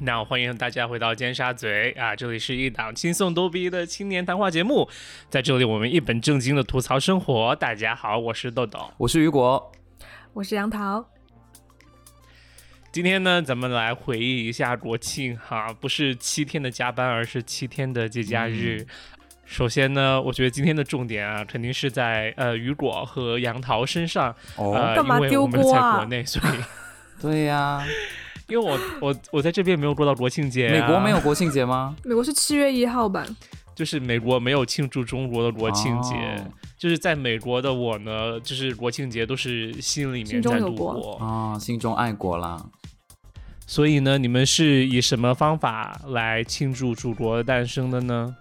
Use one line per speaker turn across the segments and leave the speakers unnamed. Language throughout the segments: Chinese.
那欢迎大家回到尖沙咀啊，这里是一档轻松逗逼的青年谈话节目，在这里我们一本正经的吐槽生活。大家好，我是豆豆。
我是雨果，
我是杨桃，
今天呢，咱们来回忆一下国庆哈，不是七天的加班，而是七天的节假日。
嗯
首先呢，我觉得今天的重点啊，肯定是在呃雨果和杨桃身上，
哦
呃，
干嘛
因为
丢
我们在
锅啊
国内，所以
对呀、
因为我我我在这边没有过到国庆节、啊
美国没有，国庆节吗？
美国是七月一号吧？
就是美国没有庆祝中国的国
哦
庆节，就是在美国的我呢，就是国庆节都是心里面
心中
在
有
度
国
过，
哦，哦，心中爱国啦。
所以呢，你们是以什么方法来庆祝祖国的诞生的呢？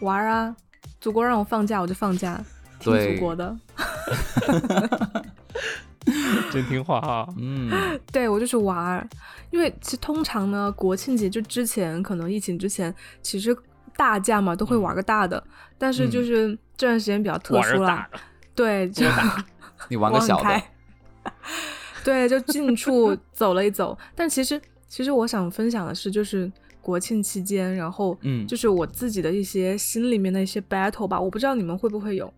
玩儿啊！祖国让我放假，我就放假，听
对
祖国的。
真听话哈。
嗯，
对我就是玩儿，因为其实通常呢，国庆节就之前可能疫情之前，其实大假嘛都
嗯
会玩个大的，但是就是这段时间比较特
玩儿
殊啊啦，
大的，
对，就
你玩个小
忘
的
开，对，就近处走了一走。但其实，其实我想分享的是，就是国庆期间，然后
嗯
就是我自己的一些心里面的一些 battle 吧。我不知道你们会不会有，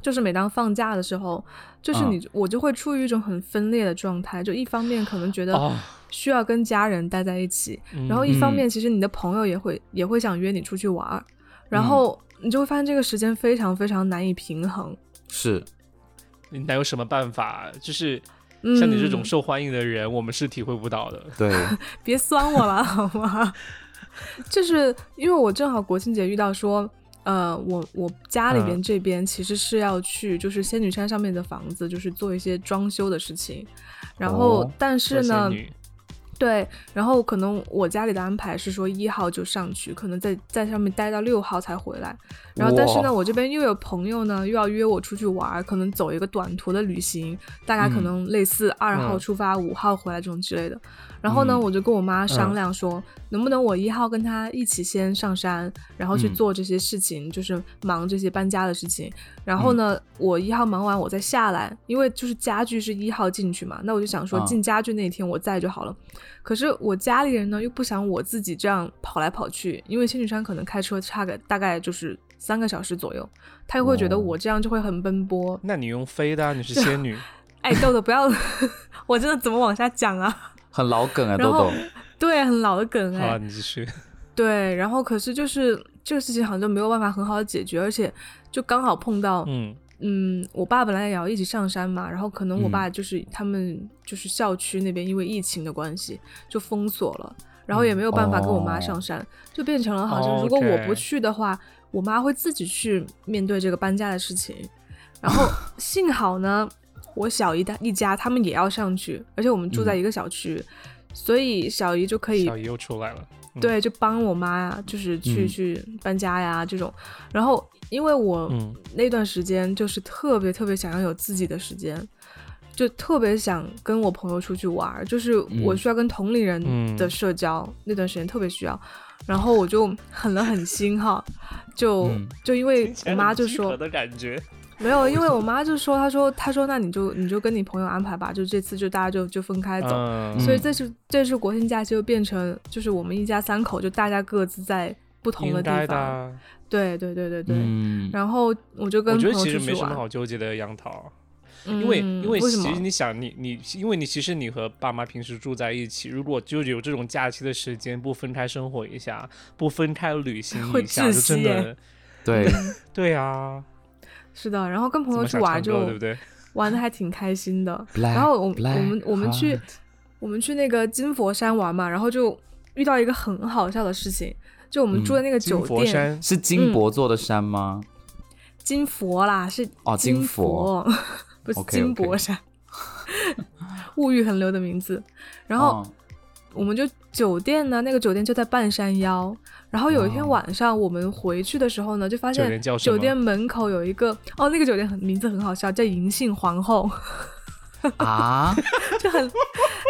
就是每当放假的时候，就是
嗯
你、我就会处于一种很分裂的状态，就一方面可能觉得
哦，
需要跟家人待在一起，
嗯嗯
然后一方
嗯
面其实你的朋友也会也会想约你出去玩儿，然后你就会发现这个时间非常非常难以平衡。
是
你哪有什么办法？就是
嗯，
像你这种受欢迎的人，我们是体会不到的。
对，
别酸我了好吗？ 就是因为我正好国庆节遇到说，呃，我我家里边
嗯
这边其实是要去就是仙女山上面的房子，就是做一些装修的事情，然后、
哦
但是
我仙，
呢
女
对，然后可能我家里的安排是说一号就上去，可能在在上面待到六号才回来。然后但是呢，
哇
我这边又有朋友呢，又要约我出去玩儿，可能走一个短途的旅行，大概可
嗯
能类似二号
嗯
出发，五、号回来这种之类的。然后呢，
嗯
我就跟我妈商量说，能不能我一号跟她一起先上山，然后去
嗯
做这些事情，就是忙这些搬家的事情。然
嗯
后呢，我一号忙完我再下来，因为就是家具是一号进去嘛，那我就想说
啊
进家具那一天我在就好了。可是我家里人呢又不想我自己这样跑来跑去，因为仙女山可能开车差个大概就是三个小时左右，他又会觉得
哦
我这样就会很奔波。
那你用飞的啊、你是仙女，
哎，豆豆不要， 我真的怎么往下讲啊？
很老梗啊，
然
豆
后
豆。
对，很老的梗
好
哎、
啊，你继续。
对，然后可是就是这个事情好像就没有办法很好的解决，而且就刚好碰到，
嗯，
嗯，我爸本来也要一起上山嘛，然后可能我
嗯
爸就是、他们就是校区那边因为疫情的关系就封锁了，然后也没有办法跟我妈上山，就变成了好像
嗯哦
如果我
OK
不去的话，我妈会自己去面对这个搬家的事情。然 后幸好呢，我小姨她一家他们也要上去，而且我们住在
嗯
一个小区，所以小姨就可以
小姨又出来了。嗯
对，就帮我妈呀，就是去、
嗯
去搬家呀这种。然后因为我
嗯
那段时间就是特别特别想要有自己的时间，就特别想跟我朋友出去玩儿，就是我
嗯
需要跟同龄人的
嗯
社交，那段时间特别需要。然后我就狠了狠心哈，就、
嗯
就因为我 妈就说，
的感觉，
没有，因为我妈就说，她说，她说，那你就你就跟你朋友安排吧，就这次就大家就就分哎开走。
嗯，
所以这次这次国庆假期就变成就是我们一家三口就大家各自在不同
应
的地
该的
方，
啊。
对对对对对。
嗯，
然后我就跟
我
朋
觉
友
得其实
出去
没什么
玩，
好纠结的，杨桃，
嗯
因为、因为
为
其
什么
实你想，你你因为你其实你和爸妈平时住在一起，如果就有这种假期的时间，不分开生活一下，不分开旅行
会
一下，
窒
就真
息
的
对，
对啊，
是的，然后跟朋
怎
友
么
去
想
玩
唱
就
歌对不对？
玩的还挺开 心的。然后我
Black
我们我们去
Heart
我们去那个金佛山玩嘛，然后就遇到一个很好笑的事情，就我们住的那个
嗯金
酒
佛
店、
山，
是金箔做的山吗？
嗯金佛啦，是
啊
哦金
佛， 不是
OK，OK
金箔山。 物欲横流的名字，然后
哦
我们就酒店呢，那个酒店就在半山腰。然后有一天
哦
晚上我们回去的时候呢，就发
酒
现
店叫什么
酒店门口有一个哦，那个酒店很名字很好笑，叫银杏 皇后，
啊，
就很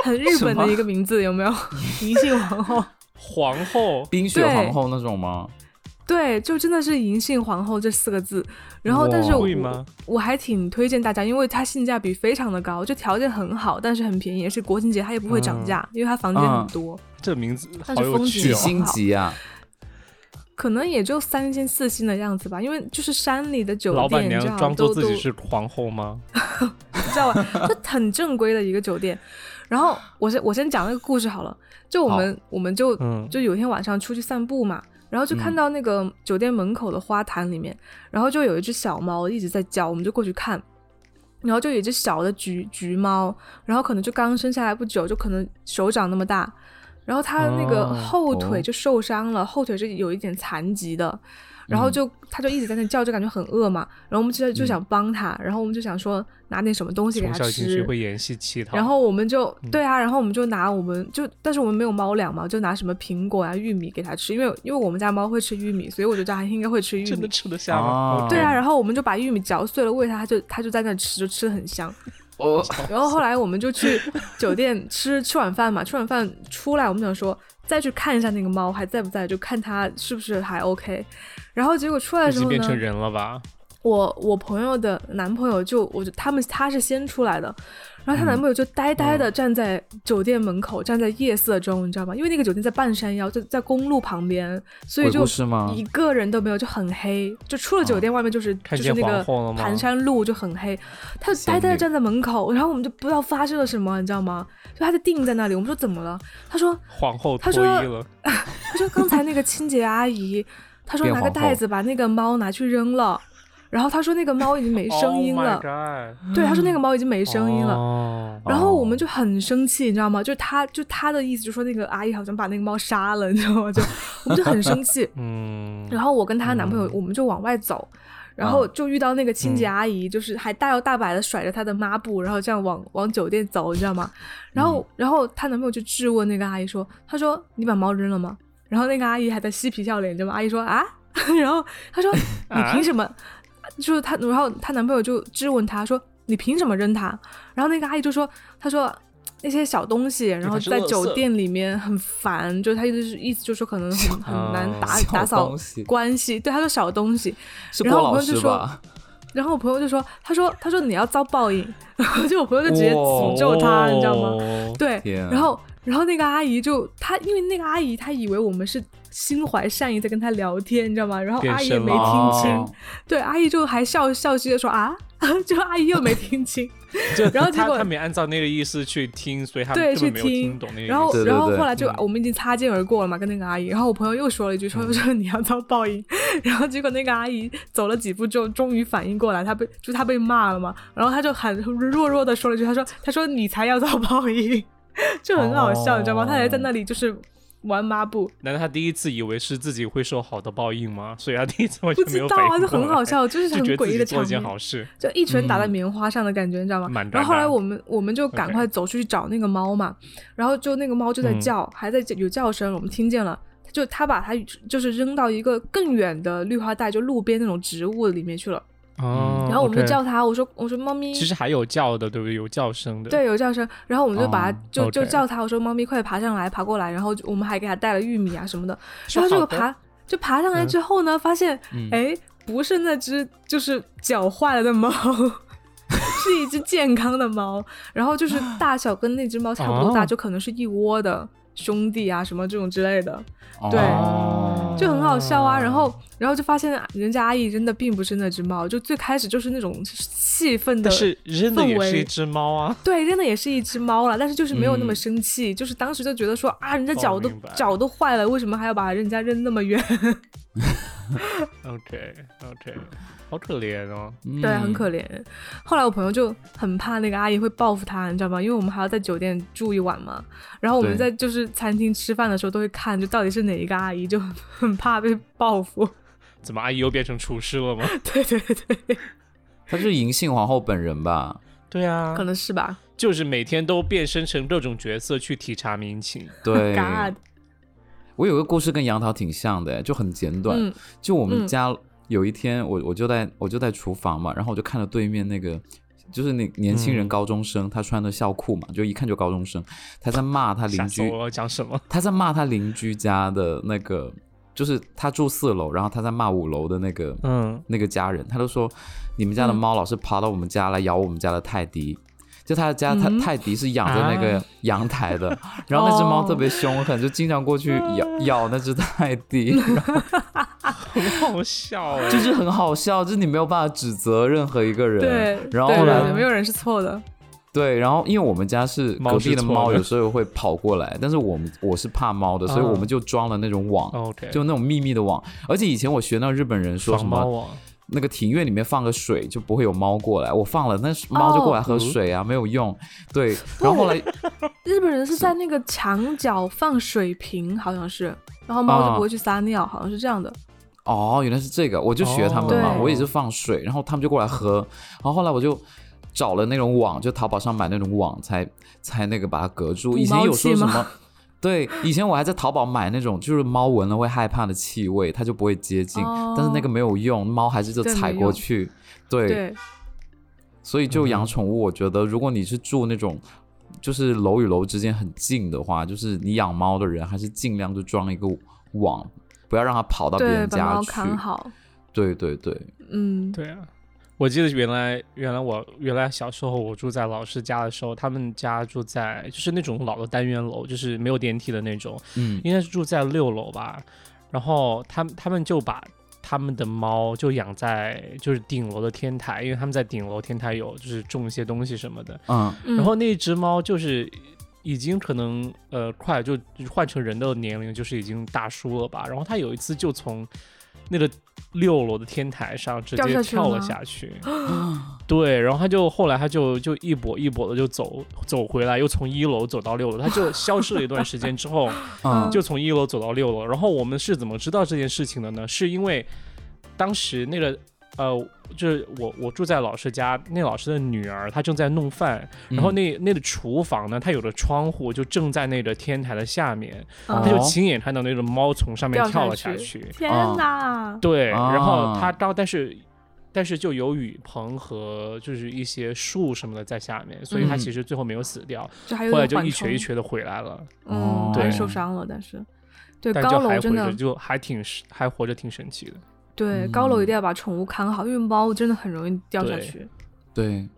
很日本的一个名字，有没有？银杏皇后，
皇后，
冰雪皇后那种吗？
对，就真的是“银杏皇后”这四个字。 然后，但是
哇
我
贵吗
我还挺推荐大家，因为它性价比非常的高，就条件很好，但是很便宜，也是国庆节它也不会涨价，因为它房间很
嗯
多，
这名字好
但是
有
风景
趣
几
哦。
星级啊？
可能也就三星四星的样子吧。因为就是山里的酒店，
老板
你知道
娘装作
都
自己
都
是皇后吗？
你知道吧？就很正规的一个酒店。然后我先我先讲那个故事好了，就我们我们就
嗯
就有一天晚上出去散步嘛，然后就看到那个酒店门口的花坛里面，然后就有一只小猫一直在叫，我们就过去看。然后就有一只小的橘橘猫，然后可能就刚生下来不久，就可能手掌那么大，然后它那个
哦
后腿
哦
就受伤了，后腿是有一点残疾的，然后
嗯
就它就一直在那叫，就感觉很饿嘛，然后我们就就想帮它，然后我们就想说拿点什么东西给
嗯从
它
小已经学
吃。
会嗯演戏乞讨，
然后我们就对啊，然后我们就拿我们就，但是我们没有猫粮嘛，就拿什么苹果啊、玉米给它吃，因为因为我们家猫会吃玉米，所以我觉得它应该会吃玉
真的
米。
吃得下吗？
哦
对啊，然后我们就把玉米嚼碎了喂它，它就它就在那吃，就吃的很香。
哦，
然后后来我们就去酒店吃吃晚饭嘛，吃晚饭出来，我们想说再去看一下那个猫还在不在，就看它是不是还 OK。然后结果出来
已
的时
经
候
变
呢
成，人了吧？
我我朋友的男朋友就我就他们他是先出来的，然后她男朋友就呆呆
嗯哦
的站在酒店门口，站在夜色中，你知道吗？因为那个酒店在半山腰，就在公路旁边，所以
鬼
就
故事
啊
吗？
一个人都没有，就很黑。就出了酒店，外面就是、
哦看
就是
见
那
皇
个
后了吗
盘山路就很黑。他就呆呆的站在门口，然后我们就不知道发生了什么，你知道吗？就他就定在那里，我们说怎么了？他说
皇后
他
脱
说
衣了，
他说刚才那个清洁阿姨，他说
变
拿个
皇
袋子把那个猫拿去扔了，然后他说那个猫已经 没声音了
Oh my god，哦
对，他说那个猫已经没声音了。
哦
了
然后我们就很生气，你知道吗？就他，就他的意思，就说那个阿姨好像把那个猫杀了，你知道吗？就我们就很生气。
嗯，啊
然后我跟她男朋友，我们就往外走，然后就遇到那个清洁阿姨，就是还大摇大摆的甩着她的抹布，然后这样往往酒店走，你知道吗？
嗯
然后，然后她男朋友就质问那个阿姨说：“他说你把猫扔了吗？”然后那个阿姨还在嬉皮笑脸，你知道吗？阿姨说：“啊。” 然后 她说：“
啊
你凭什么？”就是她，然后她男朋友就质问她说：“你凭什么扔它？”然后那个阿姨就说：“她说。”那些小东西，然后
它是
在
垃圾
酒店里面很烦，就是她意思是意思就是说可 能很很难
哦
打
小
打扫
东西
关系，对，他说小东西。
是
然
郭
后我
老
朋友就
师
说
吧？
然后我朋友就说，他说他说你要遭报应， 然后就我朋友就直接诅咒他，你知道吗？
哦？
对，
天
然后然后那个阿姨就她，因为那个阿姨她以为我们是心怀善意在跟她聊天，你知道吗？然后
变
阿姨也
身
没
了
听
哦
清，对，阿姨就还笑笑嘻嘻的说啊， 就阿姨又没听清，
就
然后结
他
果
他没按照那个意思去听，所以他根
对
本
去
没有
听
懂那个意思。
然后，
对对
然后
对
后来就
嗯
我们已经擦肩而过了嘛，跟那个阿姨。然后我朋友又说了一句，说说你要遭报应。 然后结果那个阿姨走了几步之后，终于反应过来，她被就她被骂了嘛。然后她就很弱弱的说了一句，她说她说你才要遭报应， 就很好笑，你知道吗？她
哦
还在那里就是玩抹布，
难道他第一次以为是自己会受好的报应吗？所以他第一次完
不
全没
知
有
道
反
啊，
应
就
过
很
来
好，笑，就是
就
很
觉得
诡
自
异
己
的
做
场
一件
面。
好事。
就一拳打在棉花上的感觉，你知道吗
嗯蛮？
然后后
尴
来
尬
我们我们就赶快走出去找那个猫嘛，然后就那个猫就在叫，
嗯
还在有叫声，我们听见了。就它把它就是扔到一个更远的绿化带，就路边那种植物里面去了。
哦
然后我们就
OK
叫它，我说我说猫咪，
其实还有叫的，对不对？有叫声的。
对，有叫声，然后我们就把它、
哦
就就
OK
叫它，我说猫咪快爬上来，爬过来，然后就我们还给它带了玉米啊什么的，
说
然后这
好
个
的
爬就爬上来之后呢，发现
嗯
哎、不是那只就是脚坏了的猫， 是一只健康的猫，然后就是大小跟那只猫差不多大，
啊哦
就可能是一窝的兄弟啊什么这种之类的，对
哦
就很好笑啊。然后然后就发现人家阿姨扔的并不是那只猫，就最开始就是那种气愤的
但。是扔的
氛
也是
围
一只猫啊，
对，扔的也是一只猫了，但是就是没有那么
嗯
生气，就是当时就觉得说啊，人家
哦
脚都
明白
脚都坏了，为什么还要把人家扔那么远？
OK OK，好可怜哦。
嗯
对，很可怜。后来我朋友就很怕那个阿姨会报复他，你知道吗？因为我们还要在酒店住一晚嘛，然后我们
对
在就是餐厅吃饭的时候都会看，就到底是哪一个阿姨，就很很怕被报复。
怎么阿姨又变成厨师了吗？
对对对，
她是银杏皇后本人 吧？
对啊，
可能是吧。
就是每天都变身成各种角色去体察民情。
对，
God，
我有个故事跟杨桃挺像的，就很简短。
嗯
就我
嗯
们家有一天，我我就在我就在厨房嘛，然后我就看着对面那个。就是那年轻
嗯
人高中生，他穿的校裤嘛，就一看就高中生。他在骂他邻
吓死
居
我，了，讲什么？
他在骂他邻居家的那个就是她住四楼，然后她在骂五楼的那个
嗯，
那个家人，她就说你们家的猫老是爬到我们家来咬我们家的泰迪。就她的家，她
嗯
泰迪是养在那个
啊
阳台的，然后那只猫
哦
特别凶狠，就经常过去咬咬那只泰迪，然后
很好笑哎，
就是很好笑，就是你没有办法指责任何一个人。
对，
然后
对
后
对
来
对没有人是错的，
对，然后因为我们家是
猫
隔
是
壁的
错
猫，
的
有时候会跑过来，但是我们我是怕猫的，所以
啊
我们就装了那种网，
哦 OK，
就那种秘密的网。而且以前我学到日本人说什
防猫
么，
网，
那个庭院里面放个水就不会有猫过来，我放了，那是猫就过来喝水
哦嗯
啊，没有用。 对，然后后来
日本人是在那个墙角放水瓶，好像是，然后猫就
啊
不会去撒尿，好像是这样的。
哦，原来是这个，我就学他们嘛，
哦
我也是放水，然后他们就过来喝，然后后来我就。找了那种网，就淘宝上买那种网，才才那个把它隔住。
捕
以前有说
猫器
什
吗
么， 对，以前我还在淘宝买那种，就是猫闻了会害怕的气味，它就不会接近。
哦
但是那个没有用，猫还是就
对
踩
没
过
用
去。对，
对，
所以就养宠物，我觉得如果你是住那种就是楼与楼之间很近的话，就是你养猫的人还是尽量就装一个网，不要让它跑到别
对，
人
把
家
猫
去。
看好。
对对对，
嗯，
对啊，我记得原来原来我原来小时候我住在老师家的时候，他们家住在就是那种老的单元楼，就是没有电梯的那种，
嗯
应该是住在六楼吧。然后他们他们就把他们的猫就养在就是顶楼的天台，因为他们在顶楼天台有就是种一些东西什么的。
嗯
嗯
然后那只猫就是已经可能呃快就换成人的年龄，就是已经大叔了吧。然后它有一次就从那个六楼的天台上直
掉
接
下去了
跳了
吗
下去，对，然后它就后来它就就一跛一跛的就走走回来，又从一楼走到六楼，它就消失了一段时间之 后，
嗯，
就从一楼走到六楼。然后我们是怎么知道这件事情的呢？是因为当时那个呃，就是我我住在老师家，那老师的女儿她正在弄饭，然
嗯
后那那个厨房呢，它有个窗户就正在那个天台的下面，
嗯
他就亲眼看到那个猫从上面
掉
跳了
下
下
去
去。
天哪！
对，然后
啊
他到，但是但是就有雨棚和就是一些树什么的在下面，所以他
嗯
其实最后没有死掉，
就还有
后来
点
就
缓
一瘸
冲
一，瘸的回来了，
哦
嗯，
对
还是受伤了，但是对
但就
高
还
楼
活
真的
着，就还挺还活着，挺神奇的。
对
嗯
高楼一定要把宠物看好，因为猫真的很容易掉下
对
去。
对，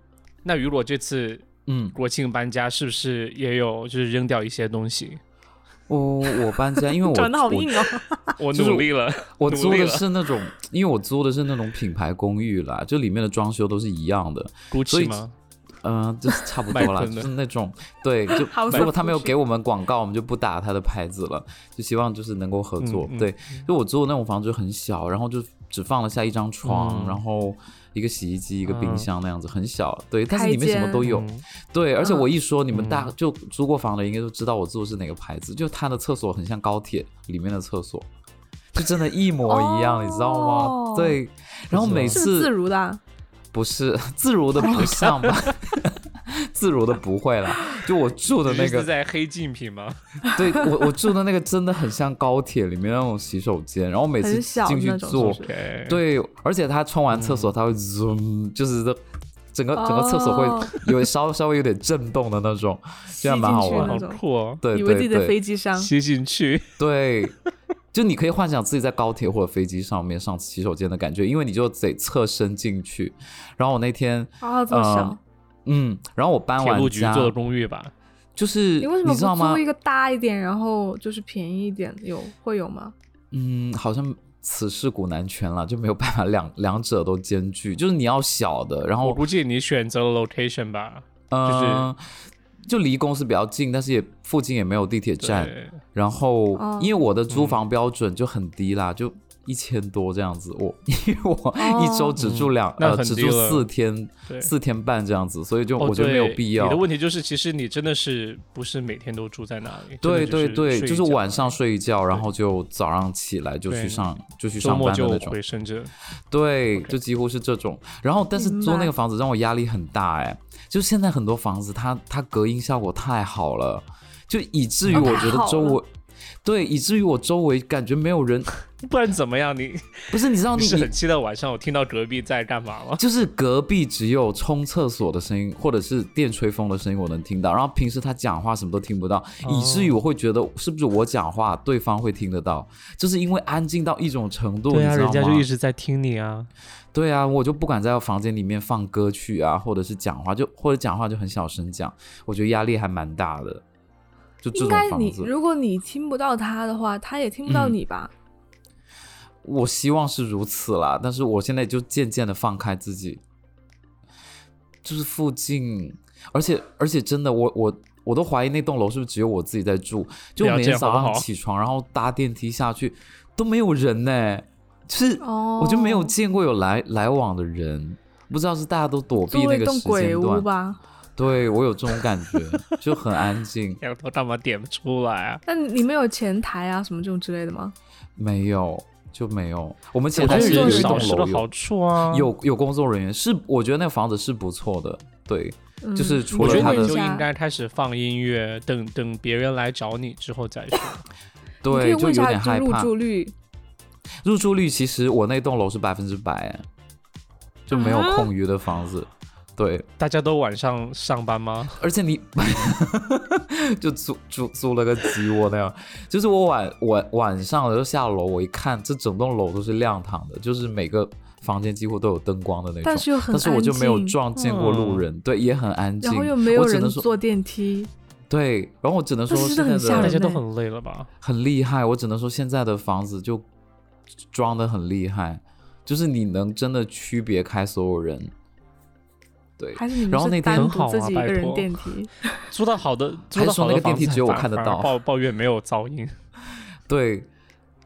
那雨果这次
嗯，
国庆搬家是不是也有就是扔掉一些东西？
我我搬家，因为我
转的好
我
硬哦，
我
啊就是
努力了，
我
努
租
力
的
了
是那种，因为我租的是那种品牌公寓啦，就里面的装修都是一样的，
鼓
所
起
以
吗？
嗯、就是差不
麦
多啦，
昆
就
的
是那种对，就
好
如果他没有
不是
给我们广告，我们就不打他的牌子了，就希望就是能够合作。
嗯嗯
对，就我租的那种房子就很小，然后就只放了下一张床，
嗯
然后一个洗衣机、一个冰
嗯箱
箱那样子，很小。对，但是
开
里面什么
间
都有。
嗯
对，而且
嗯
我一说，你们大
嗯
就租过房的应该都知道我住的是哪个牌子，就它的厕所很像高铁里面的厕所，就真的一模一样，你知道
哦
吗？对，然后
不知道
每
是不是自
次
如的啊，
不是 自如的不像吧， 自如的不会啦，就我住的
你
那
是
个，
在黑竞品吗？
对我我住的那个真的很像高铁里面那种洗手间，然后每次
很小
进
的
去
那种
坐，
是不是
对，嗯
对，而且它冲完厕所，它会 zoom，就是这整个整个厕所
哦
会有稍稍微有点震动的那种，这样蛮好玩
吸
的
好
进去那种，
酷哦，
对啊
以为自
对
己在
对
飞机上。
吸进去。
对，就你可以幻想自己在高铁或者飞机上面上洗手间的感觉，因为你就得侧身进去。然后我那天，
啊，这么小
呃，嗯，然后我搬
铁路
完
局
家
做，的公寓吧，
就是
你为什么
知道
不
吗
租一？个大一点，然后就是便宜一点？有会有吗？
嗯，好像此事古难全了，就没有办法两两者都兼具，就是你要小的，然
我
后
估计你选择了 location 吧，就是
嗯。就离公司比较近，但是也附近也没有地铁站，
对，嗯
然后、
哦
因为我的租房标准就很低啦，就一千多这样子。我 因为我
哦
一周只住两、
嗯那
呃
很
只
低
住
了
四天
对
四天半这样子，所以就
哦
我觉得没有
对
必要。
你的问题就是，其实你真的是不是每天都住在那里？
对
真的
对对，
睡
就是
一觉啊
晚上睡一觉，然后就早上起来就
对
去上就去
周
上
末
班的
就
那种
回。深圳，
对
OK
就几乎是这种。然后，但是
明
租那
白
个房子让我压力很大哎、就现在很多房子它它隔音效果太好了，就以至于
哦
我
太
觉得
好
周
了
围，对，以至于我周围感觉没有人
不然怎么样？你
不是你知 道
你
你
是 很
你
期待晚上我听到隔壁在干嘛吗？
就是隔壁只有冲厕所的声音或者是电吹风的声音我能听到，然后平时他讲话什么都听不到，以至
哦
于我会觉得是不是我讲话对方会听得到，就是因为安静到一种程度，
对啊，
你知道
人
吗？
家就一直在听你啊。
对啊，我就不敢在房间里面放歌曲啊，或者是讲话，就或者讲话就很小声讲，我觉得压力还蛮大的。就这
应
种
该
房
你
子，
如果你听不到他的话，他也听不到
嗯
你吧？
我希望是如此啦，但是我现在就渐渐的放开自己，就是附近，而且而且真的，我我我都怀疑那栋楼是不是只有我自己在住，就
了
每
解
天早
好不
上
好
起床，然后搭电梯下去都没有人呢、就是
哦，
我就没有见过有来来往的人，不知道是大家都躲
租
避
了
那
一
个
栋
时
鬼
间
屋
段，
吧？
对我有这种感觉，就很安静。
两头干嘛点不出来啊？
那你们有前台啊什么这种之类的吗？
没有就没有。我们前
我觉
台
得
是
有
人
一
少
栋
是
楼
个
有
好处啊。
有有工作人员，是我觉得那个房子是不错的，对，
嗯
就是除
我
了
觉
他
得你
的
你
就
可以问
应
一下
该开始放音乐，等等别人来找你之后再说。
你可
对，
以
就
问一
有
下
点
就
害
入
怕。
住率，
入住率其实我那栋楼是百分之百，就没有
啊
空余的房子，对，
大家都晚上上班吗？
而且你 就租租租了个鸡窝那样，就是我晚晚晚上的时候下楼，我一看这整栋楼都是亮堂的，就是每个房间几乎都有灯光的那种，
但是又很
但是我就没有
安静
撞见过
嗯
路人，对，也很安静，
然后又没有
我只
人
能说
坐电梯，
对，然后我只能说
但是
现在的
真的很吓
大
人
家都
呢
很累了吧？
很厉害，我只能说现在的房子就装的很厉害，就是你能真的区别开所有人，对，
还是你
然后
们
那天
是单
很好
独
啊
自己一
拜
个人
托
电 梯？
租到好的，租
还
到
说
好
那
的
个电
房
梯
子
只有我
反
看得
反而
到
抱抱怨没有噪音。
对，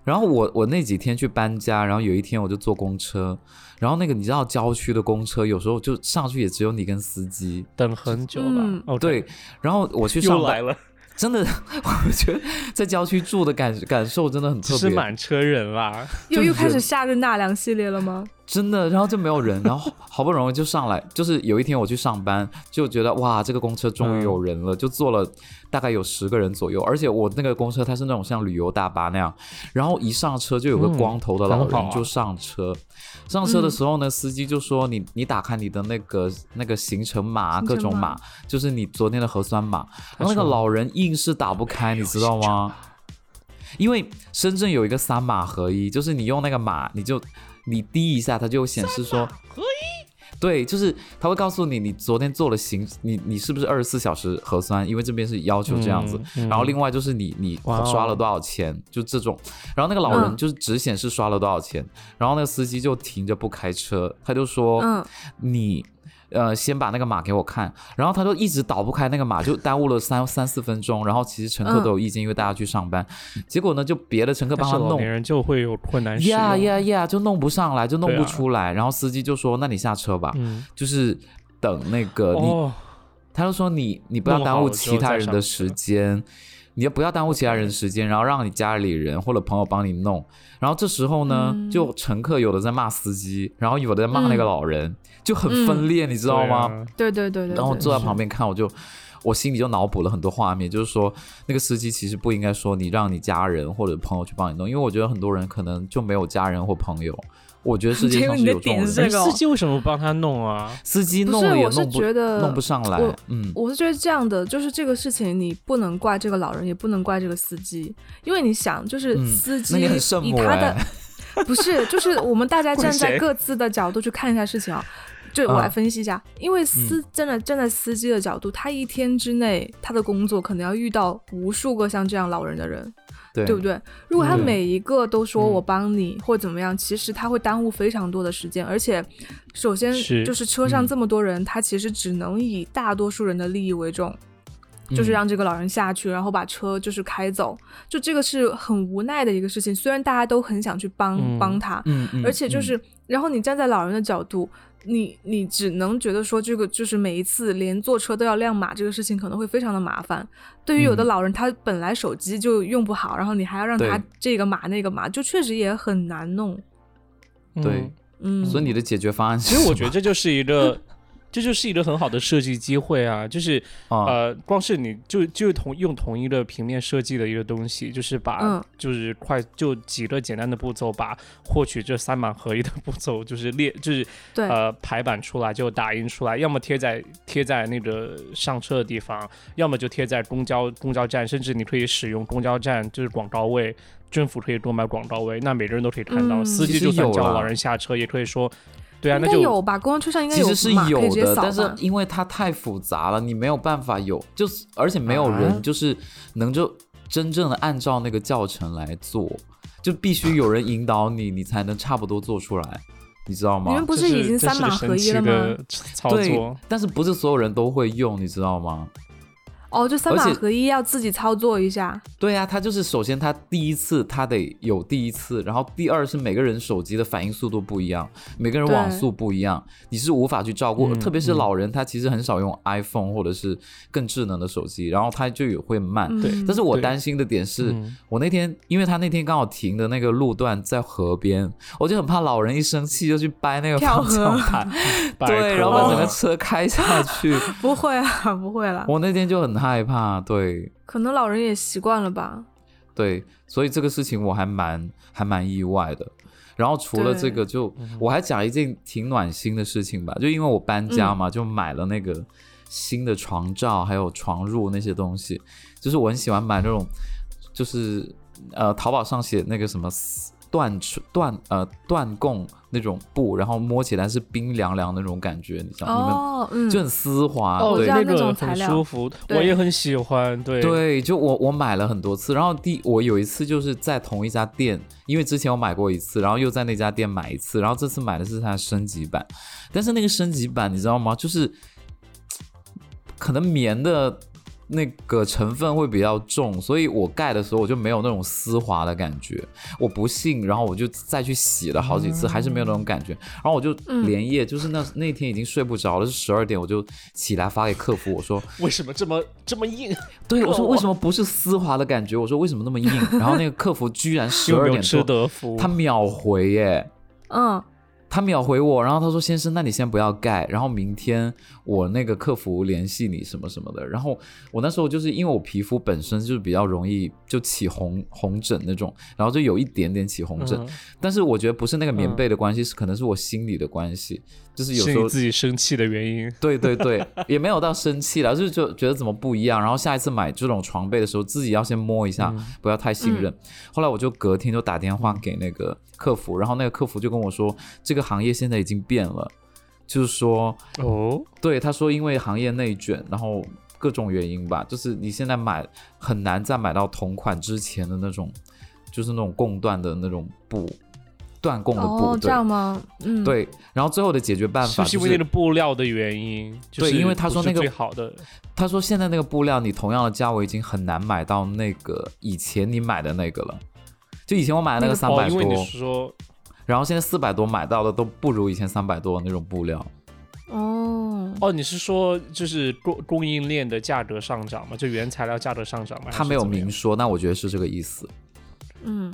然后我我那几天去搬家，然后有一天我就坐公车，然后那个你知道郊区的公车有时候就上去也只有你跟司机，
等很久了。
嗯
哦，
对，，然后我去上
又
班
来了，
真的， 我觉得在郊区住的感感受真的很
只
特
是
别，
满车人啦。
又又开
人
始夏日纳凉系列了吗？
真的，然后就没有人，然后好不容易就上来，就是有一天我去上班，就觉得哇，这个公车终于有人了，就坐了大概有十个人左右，而且我那个公车它是那种像旅游大巴那样，然后一上车就有个
嗯
光头的老
很好
人
啊
就上车，上车的时候呢，司机就说你你打开你的那个那个行程码啊，
行
各
程
种
码
码，就是你昨天的核酸码，然后那
说
个老人硬是打不开，你知道
哎
吗？因为深圳有一个三码合一，就是你用那个码，你就你滴一下，它就会显示说合一。对，就是它会告诉你，你昨天做了行，你你是不是二十四小时核酸？因为这边是要求这样子。
嗯嗯
然后另外就是你你
哇哦
刷了多少钱，就这种。然后那个老人
嗯
就是只显示刷了多少钱，然后那个司机就停着不开车，他就说，
嗯，
你呃先把那个码给我看，然后他就一直导不开那个码，就耽误了三三四分钟。然后其实乘客都有意见，因为大家去上班，结果呢就别的乘客
但
帮
是
他
老
弄
年。人就会有困难使用。
呀呀呀！就弄不上来，就弄
对
不
啊
出来。然后司机就说：“那你下车吧，
嗯，
就是等那个呃你。
哦，
他就说你：“你不要
弄好
耽误
了之
其
后
他
再
人
上
的
车
时间，你要不要耽误其他人的时间，然后让你家里人或者朋友帮你弄。”然后这时候呢，
嗯
就乘客有的在骂司机，然后有的在骂那个
嗯
老人，就很
嗯
分裂，你知
知
道吗？
啊
对对对对。
然后
对
坐在
是
旁边看，我就我心里就脑补了很多画面，就是说那个司机其实不应该说你让你家人或者朋友去帮你弄，因为我觉得很多人可能就没有家人或朋友。我觉得世界上是有这种
结果你的点是这
人，
个哦
哎司机为什么不帮他弄啊？
司机
不
弄
是
了也
我是
弄不
觉得
弄不上来
我，
嗯，
我是觉得这样的，就是这个事情你不能怪这个老人，也不能怪这个司机，因为你想，就是
嗯
司机
那你很圣
以
母
他的、
哎，
不是，就是我们大家
怪
站
谁
在各自的角度去看一下事情啊。就我
嗯
来分析一下，因为司站在站在司机的角度，他一天之内他的工作可能要遇到无数个像这样老人的人，
对
对不对？如果他
对
每一个都说
嗯
我帮你、或怎么样，其实他会耽误非常多的时间，而且首先
是
就是车上这么多人，他其实只能以大多数人的利益为重，就是
嗯
让这个老人下去，然后把车就是开走，就这个是很无奈的一个事情。虽然大家都很想去帮、
嗯
帮他，
嗯，嗯
而且就是，然后你站在老人的角度。你你只能觉得说这个就是每一次连坐车都要亮码这个事情可能会非常的麻烦，对于有的
嗯
老人他本来手机就用不好，然后你还要让他
对
这个码那个码，就确实也很难弄。
对
嗯
嗯，
所以你的解决方案是
其
什么，
实我觉得这就是一个 这就是一个很好的设计机会啊！就是、
啊，
呃，光是你就就同用同一个平面设计的一个东西，就是把、
嗯
就是快就几个简单的步骤，把获取这三码合一的步骤就是列就是
对，
啊
呃排版出来，就打印出来，要么贴在贴在那个上车的地方，要么就贴在公交公交站，甚至你可以使用公交站就是广告位，政府可以购买广告位，那每个人都可以看到，
嗯
司
其
机
实
就算
有
叫
啦
老人下车，也可以说，对啊，
应
那
该
就
有吧？公交车上应该
其实是
码可以直接
的，
扫
但是
吧？
因为它太复杂了，你没有办法有，就是而且没有
啊
人
嗯
就是能就真正的按照那个教程来做，就必须有人引导你，你才能差不多做出来，你知道吗
你？们不
这
是已经
这
三
是
码
个
合
神
一
奇
了吗
的？操
对
作，，
但是不是所有人都会用，你知道吗？
哦，就三码
而且
合一要自己操作一下。
对啊，他就是首先他第一次他得有第一次，然后第二是每个人手机的反应速度不一样，每个人网
对
速不一样，你是无法去照顾，
嗯
特别是
嗯
老人，他其实很少用 iPhone 或者是更智能的手机，然后他就也会慢。
嗯
对
但是我
对
担心的点是，
嗯
我那天因为他那天刚好停的那个路段在河边，我就很怕老人一生气就去掰那个
跳
方向
河
盘，
百
对，
科
然后把整
了
个车开下去。
不会啊， 不会啦，
我那天就很害怕，对。
可能老人也习惯了吧。
对，所以这个事情我还蛮还蛮意外的。然后除了这个就，我还讲一件挺暖心的事情吧，就因为我搬家嘛，就买了那个新的床罩，还有床褥那些东西。就是我很喜欢买那种，就是呃，淘宝上写那个什么丝缎纯缎呃缎贡那种布，然后摸起来是冰凉凉的那种感觉，啊你知道、
哦，
你
嗯
们就，很丝滑，
哦，
对
知道
那
那
个
种材
很
料
舒服，我
对
也很喜欢，对
对，就我我买了很多次，然后第我有一次就是在同一家店，因为之前我买过一次，然后又在那家店买一次，然后这次买的是它的升级版，但是那个升级版你知道吗？就是可能棉的那个成分会比较重，所以我盖的时候我就没有那种丝滑的感觉。我不信，然后我就再去洗了好几次，还是没有那种感觉。然后我就
嗯
连夜，就是那那天已经睡不着了，是十二点，我就起来发给客服，我说
为什么这么这么 硬？
对，我
克
说
我
为什么不是丝滑的感觉？我说为什么那么硬？ 然后那个客服居然十
有
二
没有
点
吃
多，
德芙？
他秒回耶，
嗯，
他秒回我，然后他说先生，那你先不要盖，然后明天我那个客服联系你什么什么的。然后我那时候就是因为我皮肤本身就是比较容易就起红红疹那种，然后就有一点点起红疹，
嗯
但是我觉得不是那个棉被的关系，是可能是我心理的关系，就是有
是
时候
你自己生气的原因。
对对对，也没有到生气了，就是就觉得怎么不一样。然后下一次买这种床被的时候，自己要先摸一下，
嗯
不要太信任。后来我就隔天就打电话给那个客服，然后那个客服就跟我说，这个行业现在已经变了，就是说，
哦，
对他说，因为行业内卷，然后各种原因吧，就是你现在买很难再买到同款之前的那种，就是那种贡缎的那种布，缎贡的布，
哦，这
对
样吗？嗯，，
对。然后最后的解决办
是
法
不是
就
因为那个布料的原因？就
对
是
因为他
不
说
是
那个
最好的，
他说现在那个布料，你同样的价位已经很难买到那个以前你买的那个了。就以前我买的那个三
哦，
百
因
多，
为你说
然后现在四百多买到的都不如以前三百多的那种布料。
哦，
哦，你是说就是供供应链的价格上涨嘛？就原材料价格上涨嘛？
他没有明
示。
说，那我觉得是这个意思。
嗯，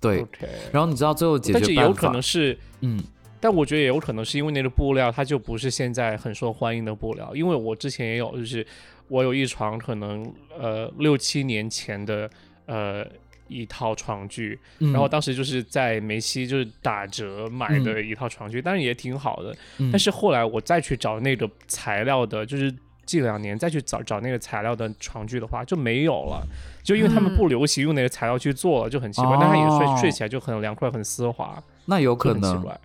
对，
OK，
然后你知道最后解
但是
决
也有
办
可
法
能，是，
嗯，
但我觉得也有可能是因为那个布料它就不是现在很受欢迎的布料，因为我之前也有，就是我有一床可能呃六七年前的呃一套床具，
嗯
然后当时就是在梅西就是打折买的一套床具，当然也挺好的。
嗯
但是后来我再去找那个材料的，就是近两年再去找找那个材料的床具的话，就没有了，就因为他们
嗯
不流行用那个材料去做了，就很奇怪。
哦
但它也睡睡起来就很凉快、很丝滑，
那有
就
可
很奇
能，
怪。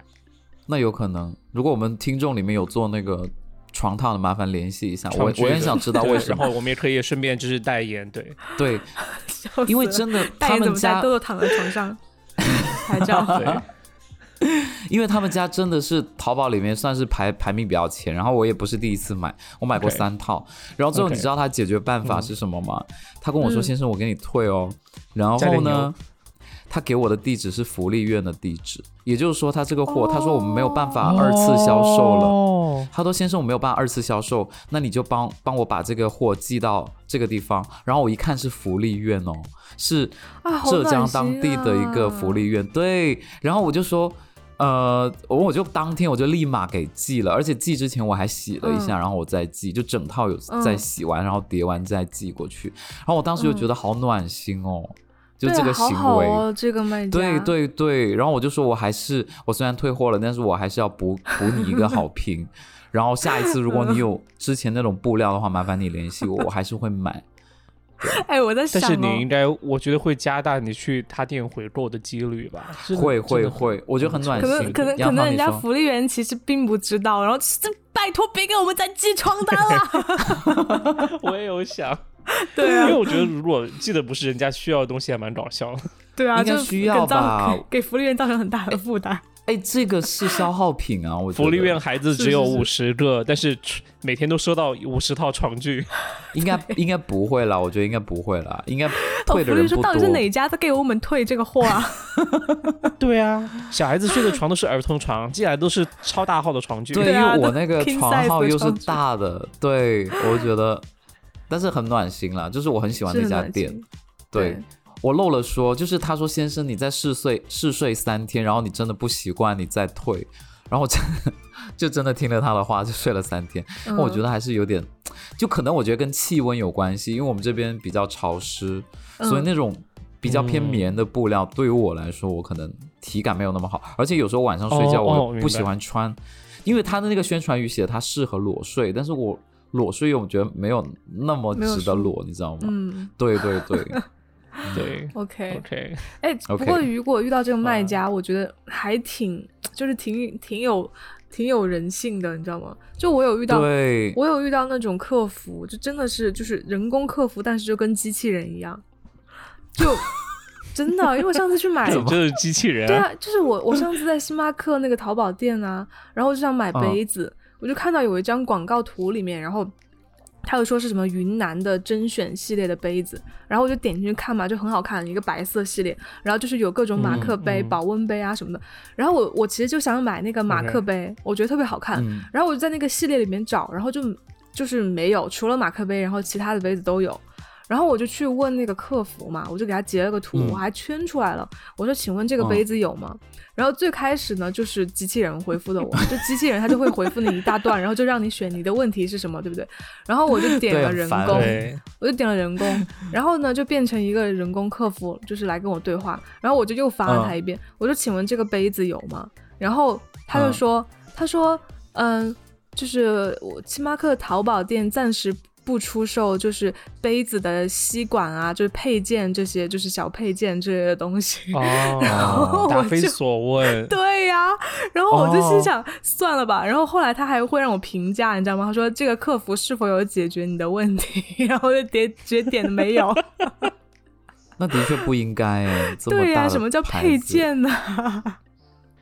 那有可能。如果我们听众里面有做那个床套的，麻烦联系一下，啊我
床具
我
的
很想知道为
对
什
然
么。
后我们也可以顺便就是代言， 对，
对，
笑死
因为
了
真 的
大
他
爷怎
们
么在
家
豆豆躺在床 上拍照？
对，
因为他们家真的是淘宝里面算是排排名比较前，然后我也不是第一次买，我买过
OK
三套然后最后
OK 嗯
你知道他解决办法是什么吗他跟我说：“
嗯
先生，我给你退哦。”然
加
后
点牛
呢，他给我的地址是福利院的地址，也就是说他这个货，他说我们没有办
哦
法二次销售了。
了。
他说：“先生，我没有办法二次销售，那你就帮帮我把这个货寄到这个地方。”然后我一看是福利院哦，是
啊，好
浙
暖
江
心
当地的一个
啊
福利院，对。然后我就说，呃，我我就当天我就立马给寄了，而且寄之前我还洗了一下，
嗯
然后我再寄，就整套有
嗯
再洗完，然后叠完再寄过去。然后我当时就觉得好暖心哦，就这个行
对啊好好
为。
哦，这个卖家，
对对对，然后我就说，我还是我虽然退货了，但是我还是要补补你一个 好评。然后下一次如果
嗯
你有之前那种布料的话，麻烦你联系我，我还是会买。
哎，我在
但
想、哦，
是你应该，我觉得会加大你去他店回购的几率吧？真的真
会
的
会
很
会我觉得很暖
可能
心
可能
杨
可能
芳
人
你
家
说
福利员其实并不知道，然后这拜托别给我们再寄床单了。
我也有 想，
对
因
啊
为，我觉得如果寄的不是人家需要的东西，还蛮搞笑的。
对啊，
应该
就是
需要
给造
吧
给给福利员造成很大的负担。
哎，这个是消耗品啊，我觉得
福利院孩子
是
只有
是是
五十个，但是每天都收到五十套床具。
应该应该不会啦，我觉得应该不会啦，应该
哦，
退的
福利
人
说
不多。
到底是哪家在给我们退这个货 啊？
对啊，小孩子睡的床都是儿童床，寄来都是超大号的床具。
对，
对
因
啊
为我
都
那 个
king
床
size
号
的
又是
床具
大的，对我觉得，但是很暖心啦，就是我很喜欢
是
这
很
家
暖
店。
心
对
对
我漏了说，就是他说先生你再试睡试睡三天，然后你真的不习惯你再退，然后我真就真的听 了他的话就睡了三天，
嗯
我觉得还是有点，就可能我觉得跟气温有关系，因为我们这边比较潮湿，所以
嗯
那种比较偏
嗯
棉的布料对于我来说，我可能体感没有那么好，而且有时候晚上睡觉
哦哦
我
明
不喜
白
欢穿，因为他的那个宣传语写它适合裸睡，但是我裸睡我觉得没有那么
没有
值得
说
裸，你知道吗？
嗯
对对 对，
对
，OK。
，OK，
哎，不
OK 啊
过如果遇到这个卖家，我觉得还挺，就是挺挺有挺有人性的，你知道吗？就我有遇到，
对，
我有遇到那种客服，就真的是就是人工客服，但是就跟机器人一样，就真的，因为我上次去
哎
买，
这是机器人
对啊，就是我我上次在星巴克那个淘宝店啊，然后就想
嗯
买杯子，我就看到有一张广告图里面，然后。他又说是什么云南的甄选系列的杯子，然后我就点进去看嘛，就很好看，一个白色系列，然后就是有各种马克杯、
嗯嗯
保温杯啊什么的。然后我我其实就想买那个马
OK
克杯我觉得特别好看，
嗯，
然后我就在那个系列里面找，然后就就是没有，除了马克杯，然后其他的杯子都有。然后我就去问那个客服嘛，我就给他截了个图，
嗯
我还圈出来了。我说：“请问这个
嗯
杯子有吗？”然后最开始呢，就是机器人回复的我， 就机器人他就会回复你一大段，然后就让你选你的问题是什么，对不对？然后我就点
对啊
了
很
人
烦
工，
对，
我就点了人工，然后呢就变成一个人工客服，就是来跟我对话，然后我就又发了他一遍，我说请问这个杯子有吗？然后他就说，他说，嗯，就是我星巴克淘宝店暂时。不出售就是杯子的吸管啊，就是配件这些，就是小配件这类的东西。
哦，答
我
非
就
所问。
对呀、然后我就
哦
心想、算了吧。然后后来他还会让我评价，你知道吗？他说这个客服是否有解决你的问题， 然后我就点直接点了没有。
那的确不应该哎，这么
对呀、
大的
什么叫
牌
配
子？
件呢？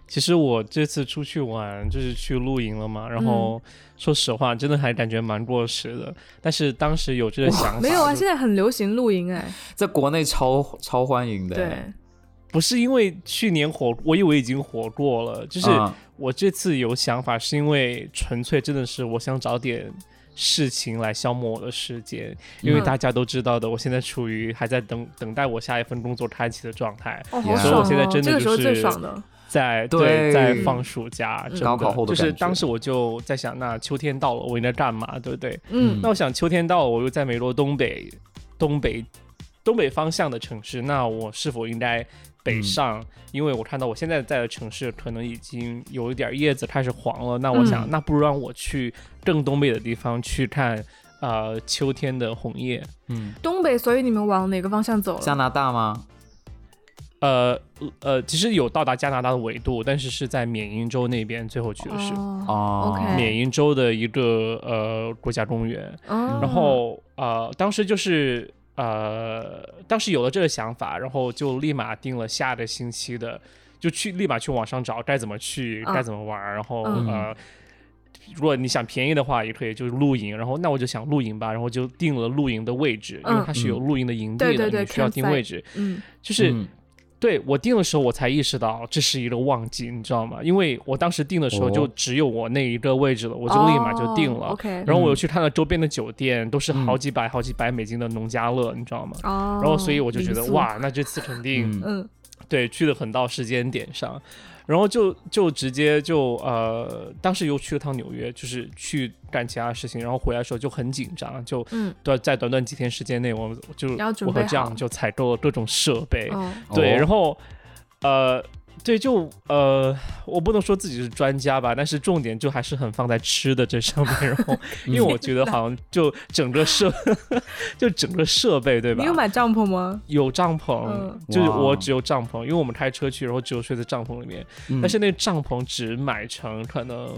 其实我这次出去玩就是去露营了嘛，
嗯
然后说实话，真的还感觉蛮过时的。但是当时有这个想法，
没有啊，
就
现在很流行露营哎，
在国内超超欢迎的哎，
对，
不是因为去年火，我以为已经火过了，就是
嗯
我这次有想法，是因为纯粹真的是我想找点事情来消磨我的时间，因为
嗯
大家都知道的，我现在处于还在等等待我下一份工作开启的状态，
哦，
Yeah 所
好
以
爽
我
哦！
现在真的
这个时候
就是
最爽的，
在
对
在放暑假，
嗯
真的
高考后的
就是
感觉
当时我就在想，那秋天到了，我应该干嘛，对不对？
嗯
那我想秋天到了，我又在美国东北东北东北方向的城市，那我是否应该
嗯
北上？因为我看到我现在在的城市可能已经有一点叶子开始黄了，那我想，
嗯
那不如让我去更东北的地方去看。呃，秋天的红叶，
嗯，
东北，所以你们往哪个方向走
加
了？
拿大吗？
呃呃，其实有到达加拿大的纬度，但是是在缅因州那边，最后去的是、
哦，
哦
OK
缅因州的一个呃国家公园。
然
然后呃，当时就是呃，当时有了这个想法，然后就立马定了下个星期的，就去立马去网上找该怎么去，该
嗯
怎么玩儿，然后、
嗯
呃。如果你想便宜的话，也可以就是露营，然后那我就想露营吧，然后就定了露营的位置，因为
嗯
它是有露营的营地
对
的，
对对
你需要定
campsite
位置。
嗯
就是、
嗯
对我定的时候，我才意识到这是一个旺季，你知道吗？因为我当时定的时候
哦
就只有我那一个位置了，我就立马就定了。
哦 OK，
然后我又去看了周边的酒店，都是好几百、好几百美金的农家乐，你知道吗？
哦，
然后所以我就觉得
民宿，
哇，那这次肯定、
嗯
嗯
对去的很到时间点上。然后就就直接就呃，当时又去了趟纽约，就是去干其他事情，然后回来的时候就很紧张，就
嗯
短在短短几天时间内，我们就
要准
我和
备
这
好
样就采购了各种设备，
哦，
对，
哦
然后呃，对，就呃，我不能说自己是专家吧，但是重点就还是很放在吃的这上面。然 后，因为我觉得好像就整个设， 就整个设备对吧
你？有买帐篷吗？
有帐篷，
嗯
就是我
哇
只有帐篷，因为我们开车去，然后只有睡在帐篷里面。
嗯
但是那个帐篷只买成可能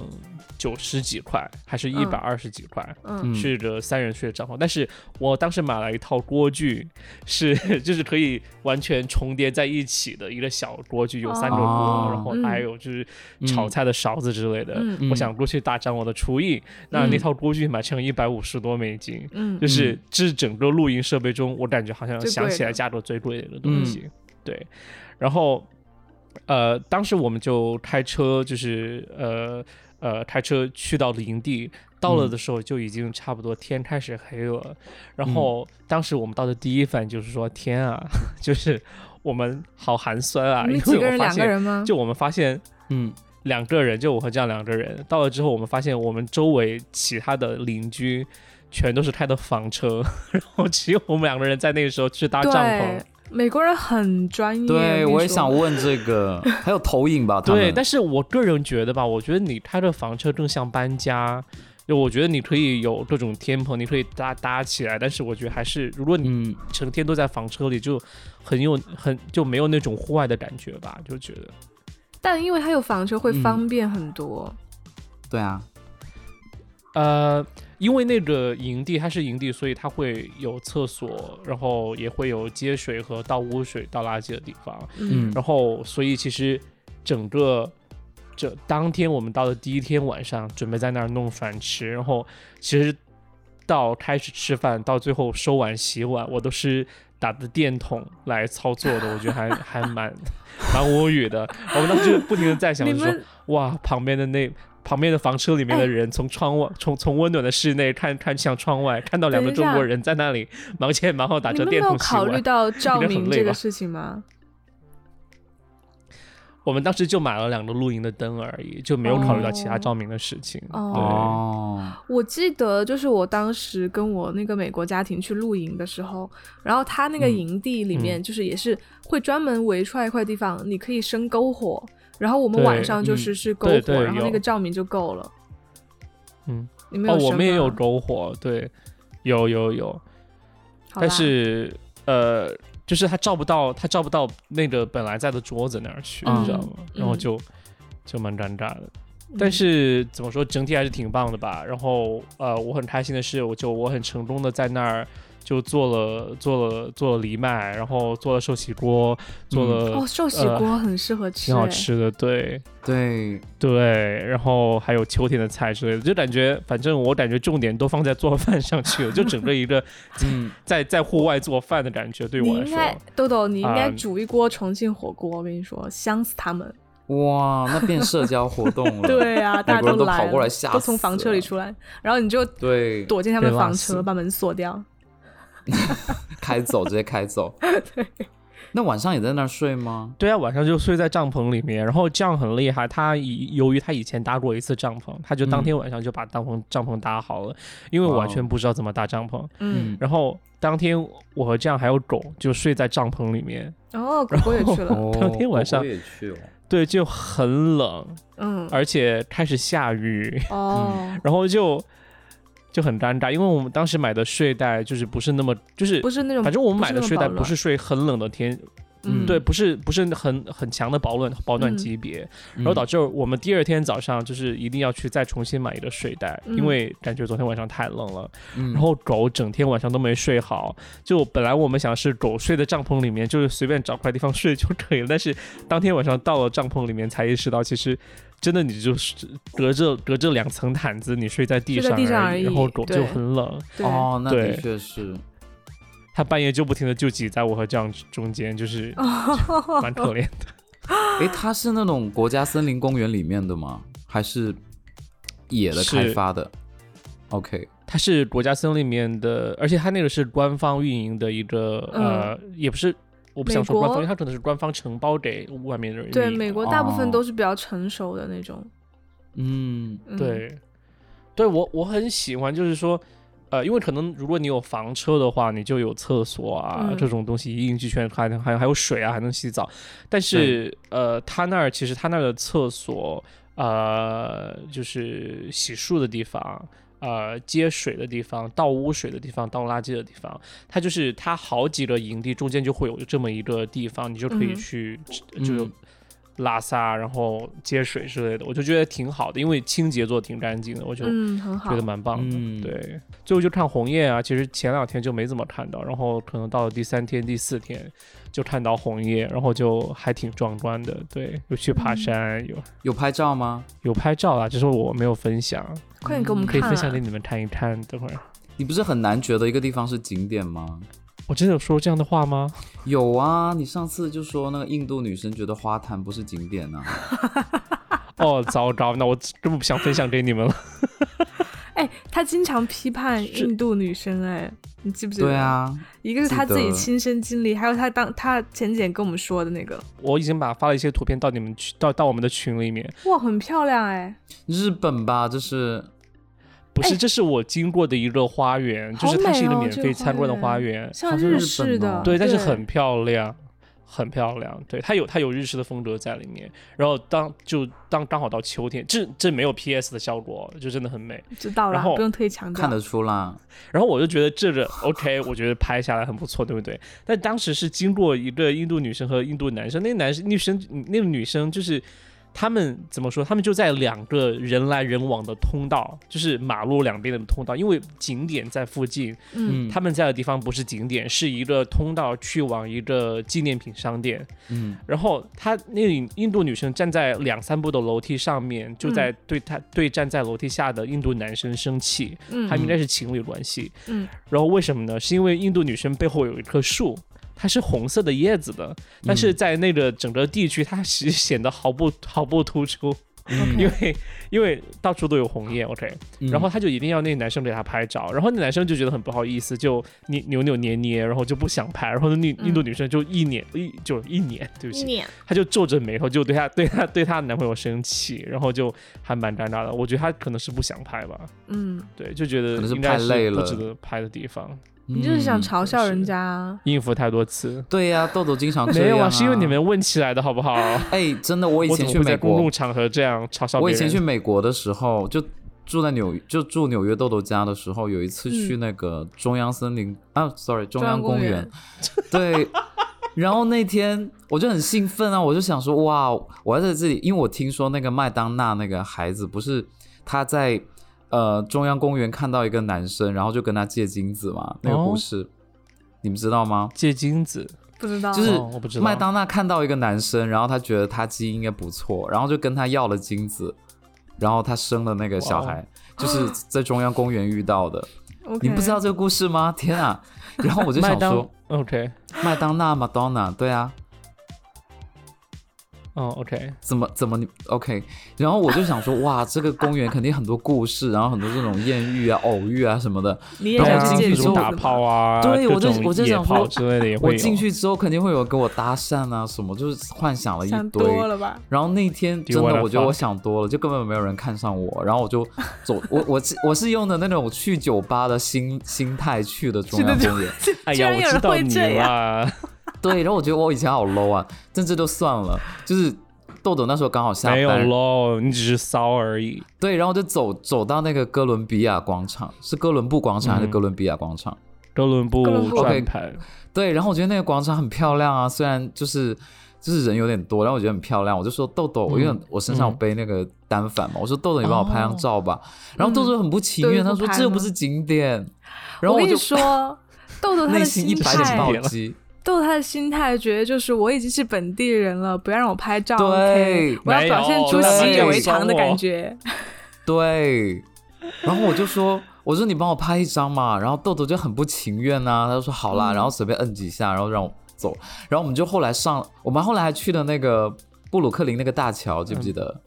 九十几块，还是一百二十几块，
嗯
是个三人睡的帐篷。但是我当时买了一套锅具，是 就是可以完全重叠在一起的一个小锅具，有三个锅，
哦
然后
嗯
还有就是炒
嗯
菜的勺子之类的。
嗯
我想过去大展我的厨艺，那那套锅具买成一百五十多美金。
嗯
就，是
嗯
这是整个露营设备中，我感觉好像
最贵
想起来
的嗯
价格最贵的一个东西。对，然后呃，当时我们就开车，就是呃呃，开车去到了营地。到
嗯
了的时候就已经差不多天开始黑了，
嗯
然后当时我们到的第一反应就是说：“天啊， 就是我们好寒酸啊！”
你
因
们几
为
个
我
人？
发
两个
现，
人吗？
就我们发现
嗯
两个人，就我和这样两个人。到了之后，我们发现我们周围其他的邻居全都是开的房车， 然后只有我们两个人在那个时候去搭帐篷
对。，美国人很专业。
对，
跟你
我也
说
想问这 个，还有投影吧？他
对，
们
但是我个人觉得吧，我觉得你开的房车更像搬家。就我觉得你可以有各种天棚，你可以搭搭起来，但是我觉得还是，如果你
嗯，
成天都在房车里，就很有很就没有那种户外的感觉吧，就觉得。
但因为他有房车，会
嗯
方便很多。
对啊，
呃，因为那个营地它是营地，所以它会有厕所，然后也会有接水和倒污水、倒垃圾的地方。
嗯
然后，所以其实整个这当天我们到的第一天晚上，准备在那儿弄饭吃，然后其实到开始吃饭到最后收碗洗碗，我都是打着电筒来操作的，我觉得还还蛮 蛮无语的。我们当时就不停的在想
你
就说，
们
哇，旁边的那。旁边的房车里面
哎
的人从窗外，从从温暖的室内看看向窗外，看到两个
等一下
中国人在那里忙前忙后打
你
着
们没
电
有
筒洗
考
碗。
虑到照
应该很
明
累
这个
吧
事情吗？
我们当时就买了两个露营的灯而已，就没有考虑到其他照明的事情。
哦
对
哦，
我记得就是我当时跟我那个美国家庭去露营的时候，然后他那个
嗯
营地里面就是也是会专门围出来一块地方，你可以生篝火，然后我们
对嗯
晚上就是是篝火，
对对
然后
有
那个照明就够了。
嗯，
你们
哦，
有
我
生
们也
吗
有篝火，对，有有有，
好吧
但是呃，就是它照不到，它照不到那个本来在的桌子那儿去，
嗯
你知道吗？然后
嗯
就就蛮尴尬的。
嗯
但是怎么说，整体还是挺棒的吧。然后呃，我很开心的是，我就我很成功的在那儿就做了做了做了藜麦，然后做了寿喜锅，做了、
哦，寿喜
呃
锅很适合吃、
挺好
哎
吃的，对。
对，
对，然后还有秋天的菜之类的，就感觉反正我感觉重点都放在做饭上去了，就整个一 个
嗯，
在在户外做饭的感觉，对
你
我来
应
说，
该豆豆，你应该
嗯
煮一锅重庆火锅，我跟你说，香死他们。
哇，那变社交活 动了，
对啊，
美
大家
国人都
来
跑过来
了
吓
都从
死
房车里
了
出来，然后你就
对，
躲进他们
被
的
骂
房
死
车，把门锁掉。
开走，直接 开走。那晚上也在那儿睡吗？
对啊，晚上就睡在帐篷里面，然后这样很厉害。他以由于他以前搭过一次帐篷，他就当
嗯
天晚上就把帐篷帐篷搭好了，因为我
哇
完
哦
全不知道怎么搭帐篷。
嗯，
然后当天我和这样还有狗就睡在帐篷里面，
哦，狗狗也去了，
哦，
当天晚上
我也去了。
对，就很冷，
嗯，
而且开始下雨。
哦，
嗯
然后就就很尴尬，因为我们当时买的睡袋就是不是那么，就是
不是那种，
反正我们
不
买
是
的
那么
睡袋
保
不是睡很冷的天，
嗯，
对，，不是不是很很强的保暖保暖
嗯
级别，
然
然后导致我们第二天早上就是一定要去再重新买一个睡袋，
嗯
因为感觉昨天晚上太冷了。
嗯
然后狗整天晚上都没睡好，就本来我们想是狗睡在帐篷里面，就是随便找块地方睡就可以了。但是当天晚上到了帐篷里面，才意识到其实真的你就是隔着隔着两层毯子，你睡在地
睡在
上
地上
而
而已
然后狗就
对
很冷，
对，
哦，那
对
的确是，
它半夜就不停的就挤在我和这样中间，就是
哦
蛮可怜的。
诶，它是那种国家森林公园里面的吗？还是野的
是
开发的？OK，
它是国家森林里面的，而且它那个是官方运营的一个、呃，也不是我不想说官
嗯美
方，
国
因为它真的是官方承包给外面的人运营的。
对，美国大部分
哦
都是比较成熟的那种。
嗯
嗯、，
对，对我我很喜欢，就是说，呃，因为可能如果你有房车的话，你就有厕所啊、
嗯
这种东西一应俱全，还能还有还有水啊，还能洗澡。但是呃，他那儿其实他那儿的厕所，呃，就是洗漱的地方。呃，接水的地方、倒污水的地方、倒垃圾的地方，它就是它好几个营地中间就会有这么一个地方，你就可以
嗯
去，就有
嗯
拉萨，然后接水之类的，我就觉得挺好的，因为清洁做得挺干净的，我就
嗯，很好
觉得。蛮棒的。
嗯
对，最后就看红叶啊，其实前两天就没怎么看到，然后可能到了第三天、第四天就看到红叶，然后就还挺壮观的。对，有去爬山，有
有拍照吗？
有拍照啊，只是我没有分享，
快点给我们
可
看、
以
啊
分享给你们看一看。等会儿，
你不是很难觉得一个地方是景点吗？
我真的有说这样的话吗？
有啊，你上次就说那个印度女生觉得花坛不是景点 啊。
哦，糟糕，那我根本不想分享给你们了。
哎，他经常批判
是
印度女生，哎，你记不记得？
对，啊，
一个是
记
他自己
得
亲身经历，还有他当他前几天跟我们说的那个，
我已经把发了一些图片到你们群，到到我们的群里面。
哇，很漂亮哎，
日本吧，就是
不是，
哎
这是我经过的一个花园，就
好
是它
美
是一个
哦
免
这
费
个
参
花
观的
园
花园，
像
好像日本
式的
哦，
对，但是很漂亮，很漂亮，对，它有它有日式的风格在里面。然后当就当刚好到秋天，这这没有 PS 的效果，就真的很美。
知道了，
然后
不用特意强调。
看得出啦。
然后我就觉得这个 OK，我觉得拍下来很不错，对不对？但当时是经过一个印度女生和印度男生，那个男生女生那个女生就是。他们怎么说？他们就在两个人来人往的通道，就是马路两边的通道，因为景点在附近，
嗯，
嗯，
他们在的地方不是景点，是一个通道去往一个纪念品商店。
嗯
然后她那个印度女生站在两三步的楼梯上面，就在对她、对站在楼梯下的印度男生生气，
嗯
他们应该是情侣关系。
嗯，
然后为什么呢？是因为印度女生背后有一棵树。它是红色的叶子的，但是在那个整个地区，它其实显得毫不毫不突出，因为因为到处都有红叶。OK，然
嗯
后他就一定要那个男生给他拍照，然后那男生就觉得很不好意思，就扭扭扭捏捏，然后就不想拍，然后那印
嗯
印度女生就一脸一就一脸，对不
一
起，
年，
她就皱着眉头，就对她对她对她男朋友生气，然后就还蛮尴尬的。我觉得她可能是不想拍吧，
嗯，
对，就觉得
可能是
应该
太累
是不
了
值得拍的地方，
你
嗯
就是想嘲笑人
是
家啊，
应付太多次。
对呀、豆豆经常这样、
没有啊，是因为你们问起来的好不好？
哎，真的，我以
我怎么
前去
会在
美
公
国
众，场合这样嘲笑别人？
我以前去美国的时候，就住在纽，就住纽约豆豆家的时候，有一次去那个中央森林、啊，sorry，中央公园，对。 然后那天我就很兴奋啊，我就想说哇，我要在这里，因为我听说那个麦当娜那个孩子不是他在呃中央公园看到一个男生，然后就跟他借金子嘛，那个
哦
故事、你们知道吗？
借金子，
不知道，
就是
哦我不知道
麦当娜看到一个男生，然后她觉得他基因应该不错，然后就跟他要了精子，然后她生了那个小
哦
孩，就是在中央公园遇到的。
OK
你不知道这个故事吗？天啊！ 然后我就
麦
想
当
说，
OK，
麦当娜、Madonna，对啊，
哦 OK，
怎么怎么你 OK？然后我就 想说，哇，这个公园肯定很多故事，然后很多这种艳遇啊、偶遇啊什么的。
你也
然
然
想
后
后
去
进去这
进去
见
种
之
打
后
炮啊，
对我
各
就
种
我就
野
想
炮
说
之类的也会
我
有
进，去之后肯定会有人跟我搭讪啊什么，就是幻想了一
想
堆。
多了吧？
然后那天
Do
真
you
的，
wanna
我觉得
fuck？
我想多了，就根本没有人看上我。然后我就走，我我是我是用的那种去酒吧的心心态去的中央
去的
公园。
哎
居
呀，我
然有
知
人
道
会
你
这样，
啦，
对，然后我觉得我以前好 low 啊，但这就算了。就是豆豆那时候刚好下
没有
班，
喽，你只是骚而已。
对，然后就走走到那个哥伦比亚广场，是哥伦布广场还是
嗯
哥伦比亚广场？
哥伦布
哥伦布
转盘，
对，然后我觉得那个广场很漂亮啊，虽然就是就是人有点多，然后我觉得很漂亮，我就说豆豆，我因为
嗯
我身上有
嗯
背那个单反
嗯
嘛，我说豆豆你帮我拍张照
哦
吧，然后豆豆很不情
豆豆
愿，他
不
说
拍
这又
吗
不是景点，然后
嗯我跟
就
你说，豆豆他
内
的
心一
心
百点
态
暴
态
击，
豆他的心态觉得就是我已经是本地人了，不要让我拍照
对
，OK，我要表现出
没有
习以
对
为常的感觉。
对，然后我就说。我说你帮我拍一张嘛，然后豆豆就很不情愿呐、他就说好啦，
嗯
然后随便摁几下，然后让我走，然后我们就后来上，我们后来还去了那个
嗯
布鲁克林那个大桥，记不记得？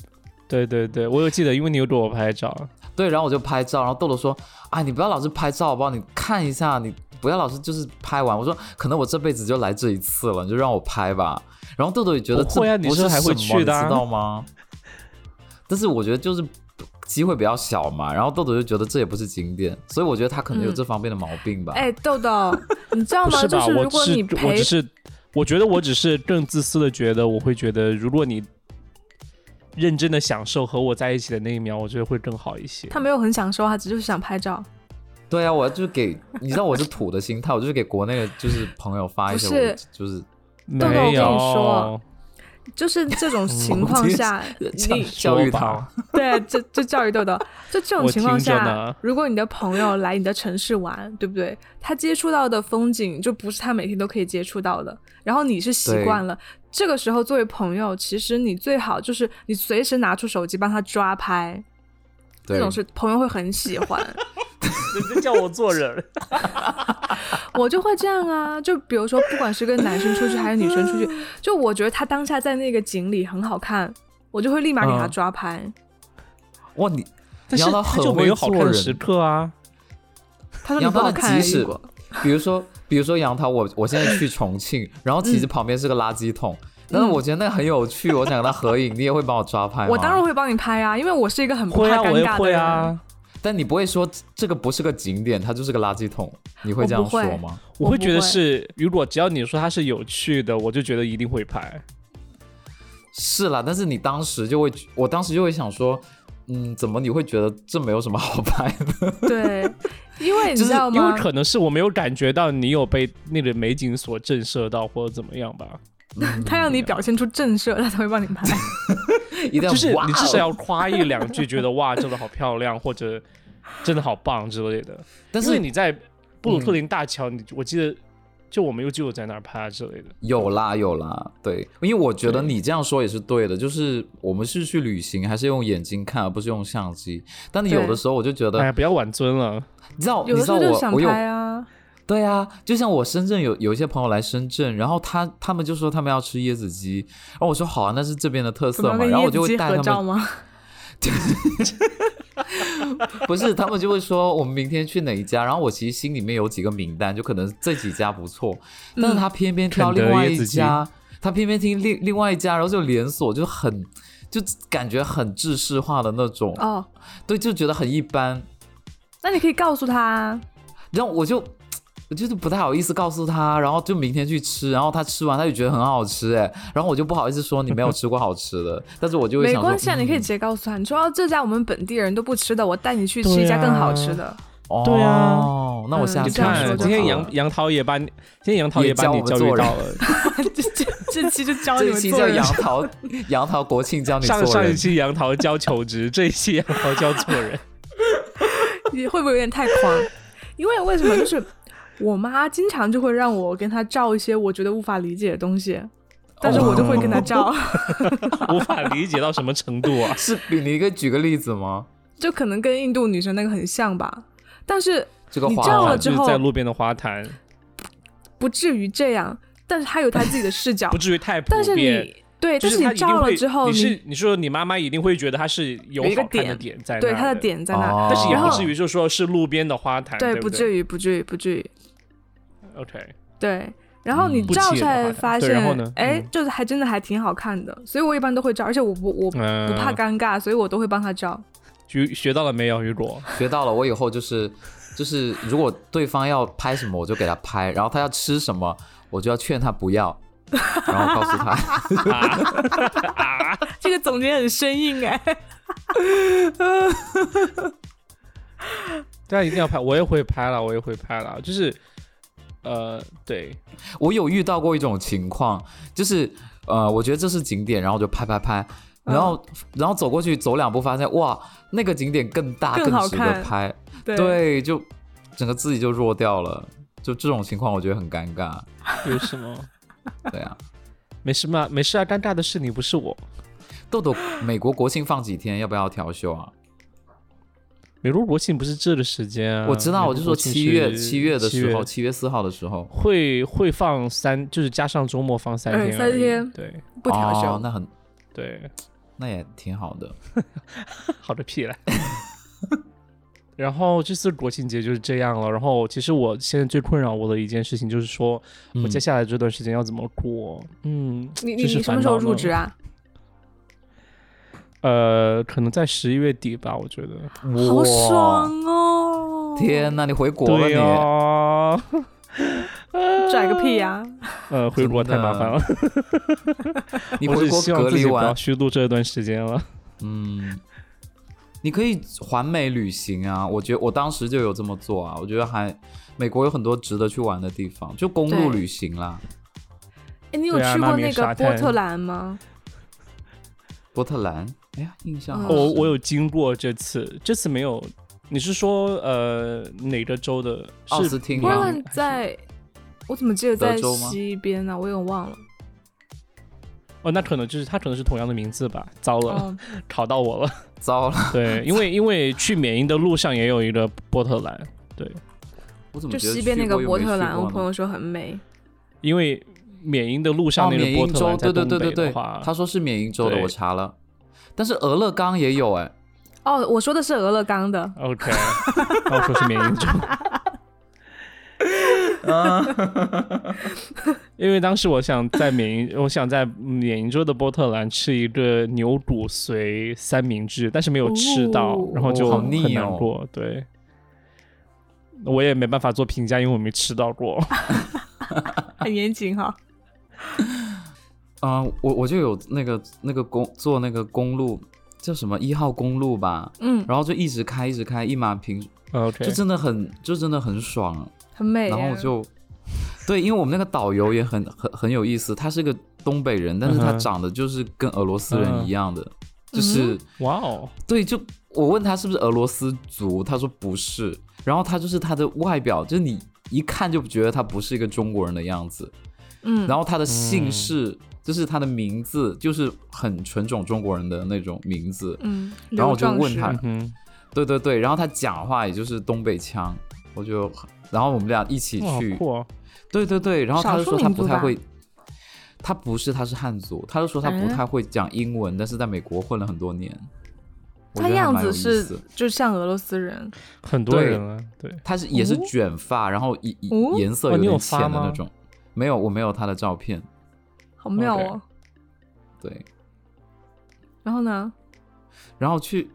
对对对，我有记得，因为你有给我拍照，
对，然后我就拍照，然后豆豆说：“啊，你不要老是拍照好不好？你看一下，你不要老是就是拍完。”我说：“可能我这辈子就来这一次了，你就让我拍吧。”然后豆豆也觉得
不会啊
这
你
不
是还
什
会
么，
去的啊
你知道吗？但是我觉得就是机会比较小嘛，然后豆豆就觉得这也不是景点，所以我觉得他可能有
嗯
这方面的毛病吧。
哎，豆豆，你知道
不
吗？
是
就
吧？
是
我
如果你
只我
陪
只是，我觉得我只是更自私的觉得，我会觉得，如果你认真的享受和我在一起的那一秒，我觉得会更好一些。
他没有很享受，他只是想拍照。
对啊，我就是给你知道我是土的心态，我就是给国内的就是朋友发一些，
不是
我就是
豆豆我
没
跟你
有，
说就是这种情况下，
教
你
教
说
育他
吧。
对，就就教育豆豆。就这种
我
情况
听着
下
呢，
如果你的朋友来你的城市玩，对不对？他接触到的风景就不是他每天都可以接触到的，然后你是习
对
惯了。这个时候，作为朋友，其实你最好就是你随时拿出手机帮他抓拍，
对
这种是朋友会很喜欢。
人家叫我做人，
我就会这样啊，就比如说，不管是跟男生出去还是女生出 去，就我觉得他当下在那个景里很好看，我就会立马给他
嗯
抓拍。
哇，你
但是
杨导
他就
很
没
会
有好
做
看的
人，
时刻啊。
他说你
杨
不好
涛
看
即
啊，雨
使
果。
比如说，比如说杨涛，我我现在去重庆，然后其
嗯
实旁边是个垃圾桶，但是我觉得那个很有趣，我想跟他合影，你也会帮我抓拍吗？
我当然会帮你拍啊，因为我是一个很不
会
怕
啊，
尴
我也
尬的
会
人。
啊，
但你不会说这个不是个景点，它就是个垃圾桶，你会这样
我不会
说吗？
我会觉得
我不会
是，如果只要你说它是有趣的，我就觉得一定会拍。
是啦，但是你当时就会，我当时就会想说，嗯，怎么你会觉得这没有什么好拍的？
对，因为你
就是
知道
因
吗？
为可能是我没有感觉到你有被那个美景所震慑到，或者怎么样吧。
他让你表现出震慑，他才会帮你 拍。
一定要
就是
哇
你至少
哦
要夸一两句，觉得哇，真的好漂亮，或者真的好棒之类的。
但
因
是
为你在布鲁克林大桥，你我记得就我们又就有在那儿拍啊之类的。
有啦有啦，对，因为我觉得
对
你这样说也是对的，就是我们是去旅行，还是用眼睛看，而不是用相机。但你有
对
的时候我就觉
哎
得，
呀，不要晚尊了，
你知道，你
有的
知
时
道
候就
我
想
我有
拍啊，
对啊，就像我深圳有有一些朋友来深圳，然后他他们就说他们要吃椰子鸡，然后我说好啊，那是这边的特色
怎么
嘛，
跟
然后
椰
我就
子
会
鸡
带
合
他
照
们，
吗？
不是他们就会说我们明天去哪一家，然后我其实心里面有几个名单，就可能这几家不错，
嗯
但是他偏偏挑
肯德
另外
椰
一
子鸡
家，他偏偏听另另外一家，然后就连锁，就很就感觉很制式化的那种，
哦，
对，就觉得很一般。
那你可以告诉他啊，
然后我就我就是不太好意思告诉他，然后就明天去吃，然后他吃完他就觉得很好吃哎，然后我就不好意思说你没有吃过好吃的， 但是我就会
没
想说嗯
关系啊，你可以直接告诉他，你说、哦、这家我们本地人都不吃的，我带你去吃一
对
家
啊
更好吃的。
哦，
对啊
那我
嗯
下
你
次
这样说
看
就
今天
好
杨杨涛也把你，今天杨涛
也
把
教
你
我们
教
做
育
人
到了。
这这这期就教
这
你
一
们
期
做
叫
人
杨。桃杨桃国庆教你做
上
人，
上一期杨桃教求职， 这一期杨桃教做人。
你会不会有点太狂？因为为什么？就是我妈经常就会让我跟她照一些我觉得无法理解的东西，但是我就会跟她照。
无法理解到什么程度啊！
是比你可以举个例子吗？
就可能跟印度女生那个很像吧，但是
这个
你
花
这样
花
了
就
之
是
后
在路边的花坛，
不至于这样，但是她有她自己的视角
不。至于太普遍。
但是你对，
就
但
是
你
他一定
照了
会
之后，
你是你说你妈妈一定会觉得它是有
有一个
好看的
点
点在那，
对她的，点在那，
哦
但是也
然
不
后
至于就说是路边的花坛，对
对，不
对
至于，不至于，不至于，
OK，
对。然后你
嗯不
照
起眼
出
的话
来
呢
发
对
现
然后呢，
哎、
嗯
就是还真的还挺好看的，所以我一般都会照，而且我不我
嗯，
不怕尴尬，所以我都会帮她照。
学学到了没有，雨果？
学到了，我以后就是就是如果对方要拍什么，我就给他拍，然后他要吃什么，我就要劝他不要，然后告诉他。
这个总结很生硬哎、
啊大家一定要拍，我也会拍了，我也会拍了，就是呃，对，
我有遇到过一种情况，就是呃，我觉得这是景点，然后我就拍拍拍，
嗯
然后、然后走过去走两步，发现哇，那个景点更大，
更
更
好
值
看
得拍，
对
对，就整个自己就弱掉了。就这种情况，我觉得很尴 尬。
有什么？
对啊，
没事嘛，没事啊，尴尬的是你，不是我。
豆豆，美国国庆放几天？要不要调休啊？
美国国庆不是这个时间啊，
我知道，
美
我
国
就说
国庆
七月
是
七月的时候，七月四号的时候，
会会放三，就是加上周末放三天而
嗯
已，
三天
对
不调休。
哦那很
对，
那也挺好的。
好的屁了。 然后这次国庆节就是这样了。然后其实我现在最困扰我的一件事情就是说，
嗯
我接下来这段时间要怎么过？嗯，
你你
这是
你什么时候入职
啊？
啊？
呃，可能在十一月底吧，我觉得。
好
哇
爽哦！
嗯天呐，你回国了
对
你？
呀、啊，
拽个屁啊呀、
呃，回国太麻烦了。
你
我
回
只
国
希望
隔
自己
离
不
完
要，虚度这段时间了。
嗯，你可以环美旅行啊。我觉得我当时就有这么做啊。我觉得还美国有很多值得去玩的地方，就公路
对
旅行啦，
哎，你有
对啊
去
那
过
边
那
沙
个波
滩
特兰吗？
波特兰。哎呀，印象好
嗯
深、
我我有经过这次，这次没有。你是说呃哪个州的？
奥
是
斯汀
波
吗
特
吗
还是
兰在，我怎么记得在
德州吗
西边呢、我有点忘了。
哦，那可能就是它可能是同样的名字吧。糟了，
哦，
考到我了。
糟 了，
对，因为因为去缅因的路上也有一个波特兰，对，
我怎么
就
觉得
西边
去
那个
过又
波
没
特
去
兰，我
过呢
朋友说很美。
因为缅因的路
哦，
上那
缅
个波
因
特
州，
兰在
对对
东
对对
北
对
的，话，
他说是缅因州的，
对
我查了，但是俄勒冈也有哎、
哦，我说的是俄勒 冈的，
OK，那我 说是缅因州。嗯 因为当时我想在缅因，我想在缅因州的波特兰吃一个牛骨髓三明治，但是没有吃到，
哦
然后就
好腻
很难
哦
过。对，我也没办法做评价，因为我没吃到过。
很严谨哈。
啊、我我就有那个那个公坐那个公路叫什么一号公路吧，
嗯，
然后就一直开一直开，一马平
OK，
就真的很就真的很爽，
很美耶。
然后我就。对，因为我们那个导游也很很很有意思，他是个东北人，但是他
嗯哼嗯
长得就是跟俄罗斯人一样的，就是
哇哦，
对，就我问他是不是俄罗斯族，他说不是，然后他就是他的外表，就是你一看就觉得他不是一个中国人的样子，
嗯，
然后他的姓氏、就是他的名字，就是很纯种中国人的那种名字，
嗯，
然后我就
刘壮
问
士
他
嗯哼，
对对对，然后他讲话也就是东北腔，我就，然后我们俩一起
哇，好
去，
酷哦！
对对对，然后他就说他不太
少数民
会，他不是他是汉族，他就说他不
嗯
太会讲英文，但是在美国混了很多年，我觉得
他
还
样
蛮有
子
意
是
思
就像俄罗斯人，
很多
对
人啊，对，
他是也是
哦
卷发，然后一
哦
一颜色
哦
有
你有
点
发
浅的那
吗
种。没有，我没有他的照片。
好妙哦。
对，
然后呢？
然后去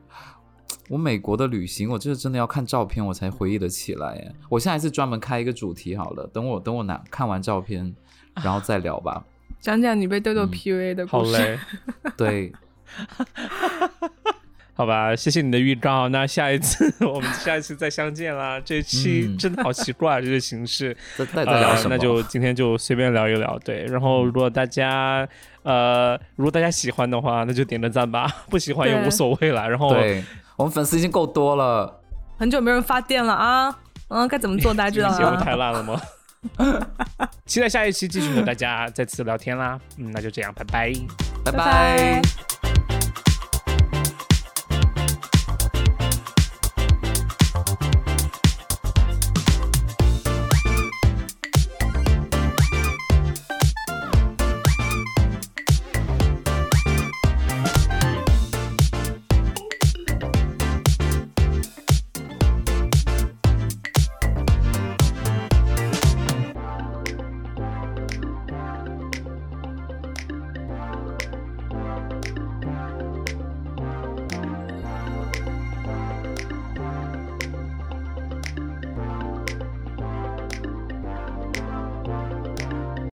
我美国的旅行，我就是真的要看照片我才回忆得起来。哎，我下一次专门开一个主题好了，等我等我拿看完照片，然后再聊吧。
讲讲你被豆豆
嗯
PUA 的
好
故事。
嘞，
对，
好吧，谢谢你的预告。那下一 次我们下一次再相见啦。这期
嗯
真的好奇怪、啊，这个形式。
再再再聊
呃
什，么？嗯
那就今天就随便聊一聊。对，然后如果大家呃，如果大家喜欢的话，那就点个赞吧； 不喜欢也
对
无所谓啦。然后
对，我们粉丝已经够多了。
很久没有人发电了啊，嗯，该怎么做大家知
这
道
期节
了
目
啊。
太烂了 吗？期待下一期继续和大家再次聊天啦。嗯，那就这样，拜拜。
拜
拜拜